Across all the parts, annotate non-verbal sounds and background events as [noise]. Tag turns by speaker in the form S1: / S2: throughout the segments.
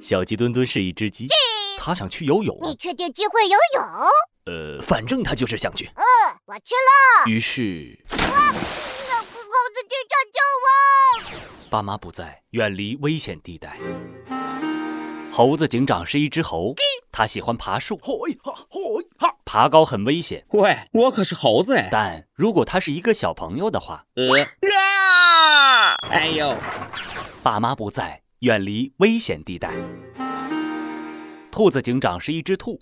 S1: 小鸡墩墩是一只鸡，它想去游泳。
S2: 你确定鸡会游泳？
S1: 呃，反正它就是想去。
S2: 嗯，我去了。
S1: 于是，
S2: 猴子警长救我！
S1: 爸妈不在，远离危险地带。猴子警长是一只猴，它喜欢爬树，
S3: 嘿哈，嘿哈！
S1: 爬高很危险。
S3: 喂，我可是猴子哎！
S1: 但如果它是一个小朋友的话，
S3: 呃啊！哎呦，
S1: 爸妈不在，远离危险地带。兔子警长是一只兔，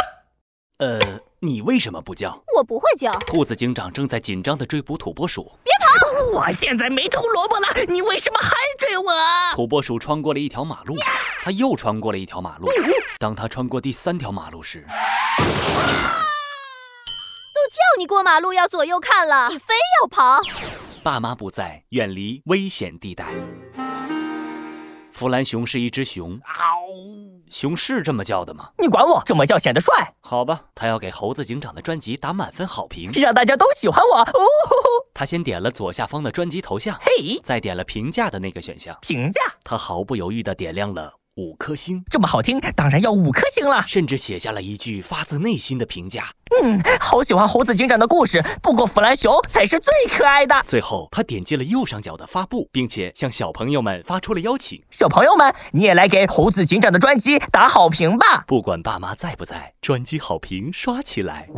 S1: 呃，你为什么不叫？
S4: 我不会教，
S1: 兔子警长正在紧张地追捕土拨鼠，
S5: 我现在没胡萝卜了，你为什么还追我？
S1: [laughs] 土拨鼠穿过了一条马路，它又穿过了一条马路。当它穿过第三条马路时，
S4: 都叫你过马路要左右看了，你非要跑。
S1: 爸妈不在，远离危险地带。弗兰熊是一只熊，熊是这么叫的吗？
S5: 你管我？这么叫显得帅，
S1: 好吧，他要给猴子警长的专辑打满分好评。
S5: 让大家都喜欢我。哦，
S1: 他先点了左下方的专辑头像，
S5: 嘿，
S1: 再点了评价的那个选项，
S5: 评价
S1: 他毫不犹豫地点亮了五颗星，
S5: 这么好听，当然要五颗星了。
S1: 甚至写下了一句发自内心的评价。
S5: 好喜欢猴子警长的故事，不过弗兰熊才是最可爱的。
S1: 最后，他点击了右上角的发布，并且向小朋友们发出了邀请。
S5: 小朋友们，你也来给猴子警长的专辑打好评吧。
S1: 不管爸妈在不在，专辑好评刷起来。